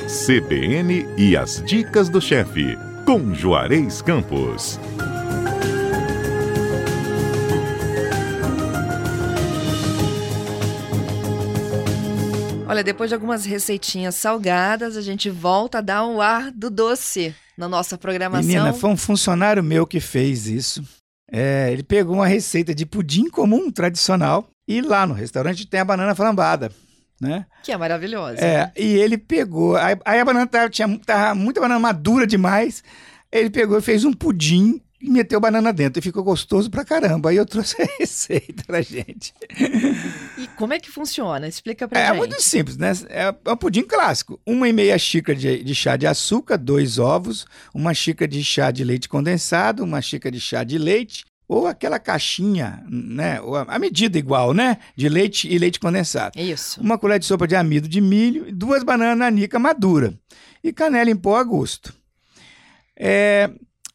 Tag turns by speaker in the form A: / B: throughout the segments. A: CBN e as dicas do chefe, com Juarez Campos.
B: Olha, depois de algumas receitinhas salgadas, a gente volta a dar o ar do doce na nossa programação.
C: Menina, foi um funcionário meu que fez isso. É, ele pegou uma receita de pudim comum, tradicional, e lá no restaurante tem a banana flambada, né?
B: Que é maravilhosa.
C: É,
B: né?
C: e ele pegou, aí, aí a banana tava, tinha tava muita banana madura demais, ele pegou e fez um pudim e meteu banana dentro. E ficou gostoso pra caramba. Aí eu trouxe a receita pra gente.
B: E como é que funciona? Explica pra
C: é,
B: gente.
C: É muito simples, né? É um pudim clássico. Uma e meia xícara de, de, chá de açúcar, dois ovos, uma xícara de chá de leite condensado, uma xícara de chá de leite, ou aquela caixinha, né? A medida igual, né? De leite e leite condensado.
B: Isso.
C: Uma colher de sopa de amido de milho, duas bananas nanica madura e canela em pó a gosto. É,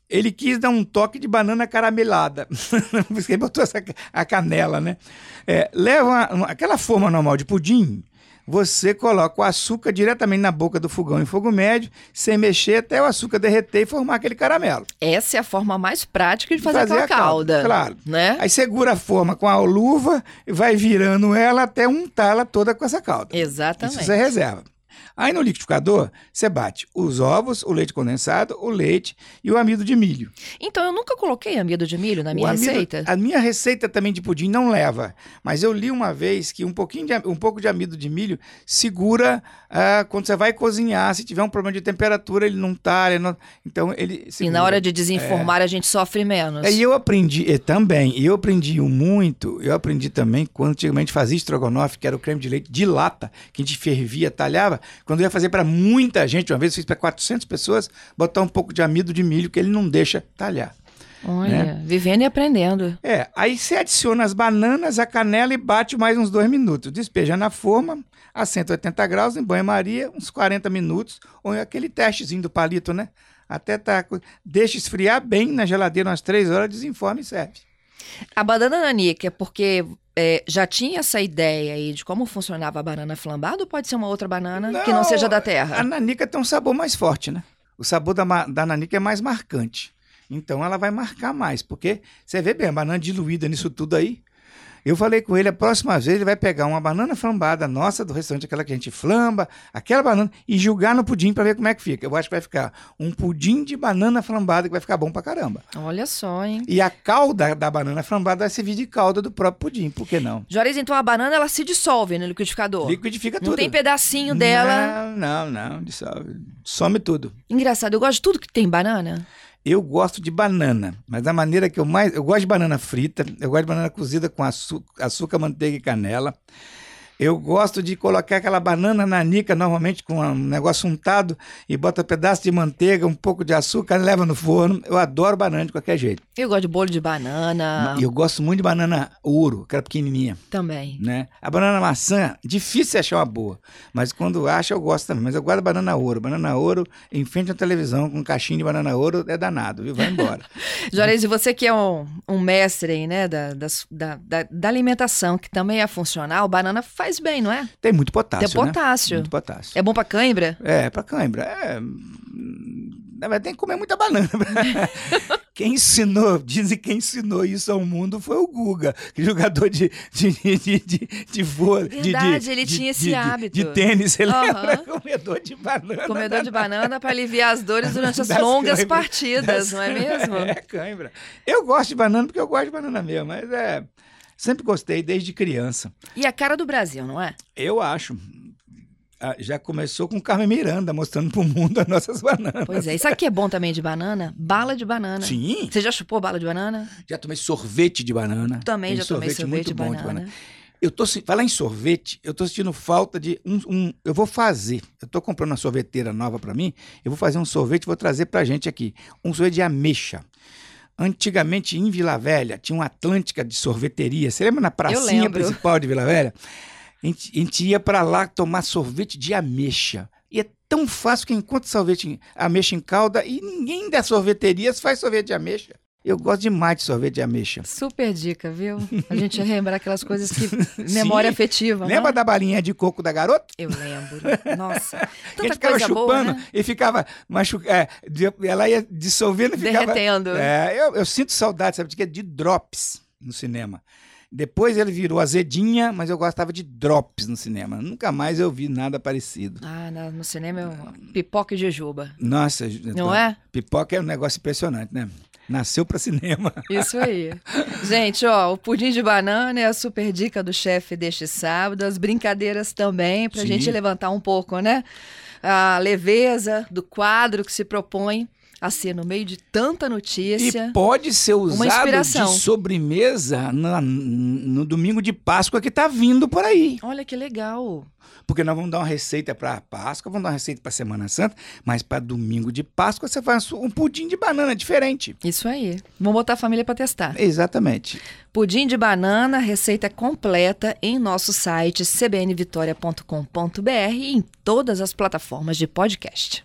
C: ele quis dar um toque de banana caramelada. Por isso que ele botou essa, a canela, né? É, leva uma, uma, aquela forma normal de pudim, você coloca o açúcar diretamente na boca do fogão em fogo médio, sem mexer até o açúcar derreter e formar aquele caramelo.
B: Essa é a forma mais prática de, de fazer, fazer aquela calda, calda.
C: Claro.
B: Né?
C: Aí segura a forma com a luva e vai virando ela até untá-la toda com essa calda.
B: Exatamente.
C: Isso é- você reserva. Aí no liquidificador, você bate os ovos, o leite condensado, o leite e o amido de milho.
B: Então eu nunca coloquei amido de milho na minha
C: amido, Ah,
B: receita.
C: A minha receita também de pudim não leva, mas eu li uma vez que um pouquinho de, um pouco de amido de milho segura uh, quando você vai cozinhar, se tiver um problema de temperatura, ele não tá, ele não, então ele segura.
B: E na hora de desenformar é. a gente sofre menos.
C: É, E eu aprendi e também, e eu aprendi um muito, eu aprendi também quando antigamente fazia estrogonofe, que era o creme de leite de lata, que a gente fervia, talhava, quando eu ia fazer para muita gente, uma vez eu fiz para 400 pessoas, botar um pouco de amido de milho que ele não deixa talhar.
B: Olha, né? vivendo e aprendendo.
C: É, aí você adiciona as bananas, a canela e bate mais uns dois minutos. Despeja na forma, a 180 graus, em banho-maria, uns 40 minutos, ou é aquele testezinho do palito, né? Até tá. Deixa esfriar bem na geladeira umas 3 horas, desenforma e serve.
B: A banana nanica, porque é, já tinha essa ideia aí de como funcionava a banana flambada ou pode ser uma outra banana não, que não seja da terra?
C: A nanica tem um sabor mais forte, né? O sabor da, da nanica é mais marcante. Então ela vai marcar mais, porque você vê bem, a banana diluída nisso tudo aí. Eu falei com ele, a próxima vez ele vai pegar uma banana flambada nossa do restaurante, aquela que a gente flamba, aquela banana, e julgar no pudim para ver como é que fica. Eu acho que vai ficar um pudim de banana flambada que vai ficar bom pra caramba.
B: Olha só, hein?
C: E a calda da banana flambada vai servir de calda do próprio pudim, por que não?
B: Juarez, então a banana ela se dissolve no liquidificador?
C: Liquidifica tudo.
B: Não tem pedacinho dela?
C: Não, não, não, dissolve. Some tudo.
B: Engraçado, eu gosto de tudo que tem banana.
C: Eu gosto de banana, mas da maneira que eu mais. Eu gosto de banana frita, eu gosto de banana cozida com açúcar, açúcar manteiga e canela. Eu gosto de colocar aquela banana nanica, normalmente com um negócio untado, e bota um pedaço de manteiga, um pouco de açúcar, leva no forno. Eu adoro banana de qualquer jeito.
B: Eu gosto de bolo de banana.
C: Eu gosto muito de banana ouro, aquela pequenininha.
B: Também.
C: Né? A banana maçã, difícil achar uma boa, mas quando acha eu gosto também. Mas eu guardo banana ouro. Banana ouro em frente à televisão com um caixinho de banana ouro é danado, viu? Vai embora.
B: Juarez, e você que é um, um mestre aí, né, da, da, da, da alimentação, que também é funcional, banana faz faz bem, não é?
C: Tem muito potássio.
B: Tem potássio.
C: Né? Muito potássio.
B: É bom para cãibra?
C: É, para cãibra. É... Tem que comer muita banana. né? quem ensinou, dizem que quem ensinou isso ao mundo foi o Guga, é jogador de, de, de, de, de vôlei.
B: Verdade, de, ele de, tinha esse hábito.
C: De, tênis, ele era comedor de banana.
B: Comedor de banana para aliviar as dores durante as longas partidas, não é mesmo?
C: É, cãibra. Eu gosto de banana porque eu gosto de banana mesmo, mas é... Sempre gostei desde criança.
B: E a cara do Brasil, não é?
C: Eu acho. ah, Já começou com Carmen Miranda mostrando pro mundo as nossas bananas.
B: Pois é, isso aqui é bom também de banana? Bala de banana.
C: Sim.
B: Você já chupou bala de banana?
C: Já tomei sorvete de banana.
B: Também Tem já sorvete tomei sorvete muito de, bom banana. de banana.
C: Eu tô falar em sorvete, eu tô sentindo falta de um, um, eu vou fazer. Eu tô comprando uma sorveteira nova para mim, eu vou fazer um sorvete, vou trazer pra gente aqui, um sorvete de ameixa. Antigamente, em Vila Velha, tinha uma Atlântica de sorveteria. Você lembra na pracinha principal de Vila Velha? A gente, a gente ia para lá tomar sorvete de ameixa. E é tão fácil que encontra sorvete em, ameixa em calda e ninguém das sorveterias faz sorvete de ameixa. Eu gosto demais de sorvete de ameixa.
B: Super dica, viu? A gente lembra aquelas coisas que. Memória
C: Sim.
B: afetiva. né?
C: Lembra da balinha de coco da garota?
B: Eu lembro. Nossa.
C: Que a
B: Tanta
C: gente ficava
B: coisa boa.
C: chupando
B: Né?
C: e ficava machucando. ela ia dissolvendo e ficava.
B: Derretendo.
C: É, eu, eu sinto saudade, sabe de quê? De drops no cinema. Depois ele virou azedinha, mas eu gostava de drops no cinema. Nunca mais eu vi nada parecido.
B: Ah, na- no cinema eu... pipoca e jujuba.
C: Nossa, então,
B: Não é?
C: pipoca é um negócio impressionante, né? Nasceu pra cinema.
B: Isso aí. Gente, ó, o pudim de banana é a super dica do chefe deste sábado. As brincadeiras também, pra
C: Sim.
B: gente levantar um pouco, né? A leveza do quadro que se propõe a ser no meio de tanta notícia.
C: E pode ser usado
B: é inspiração.
C: de sobremesa na- no domingo de Páscoa que tá vindo por aí.
B: Olha que legal.
C: Porque nós vamos dar uma receita para Páscoa, vamos dar uma receita para Semana Santa, mas para domingo de Páscoa você faz um pudim de banana diferente.
B: Isso aí. Vamos botar a família pra testar.
C: Exatamente.
B: Pudim de banana, receita completa em nosso site cbnvitoria.com.br e em todas as plataformas de podcast.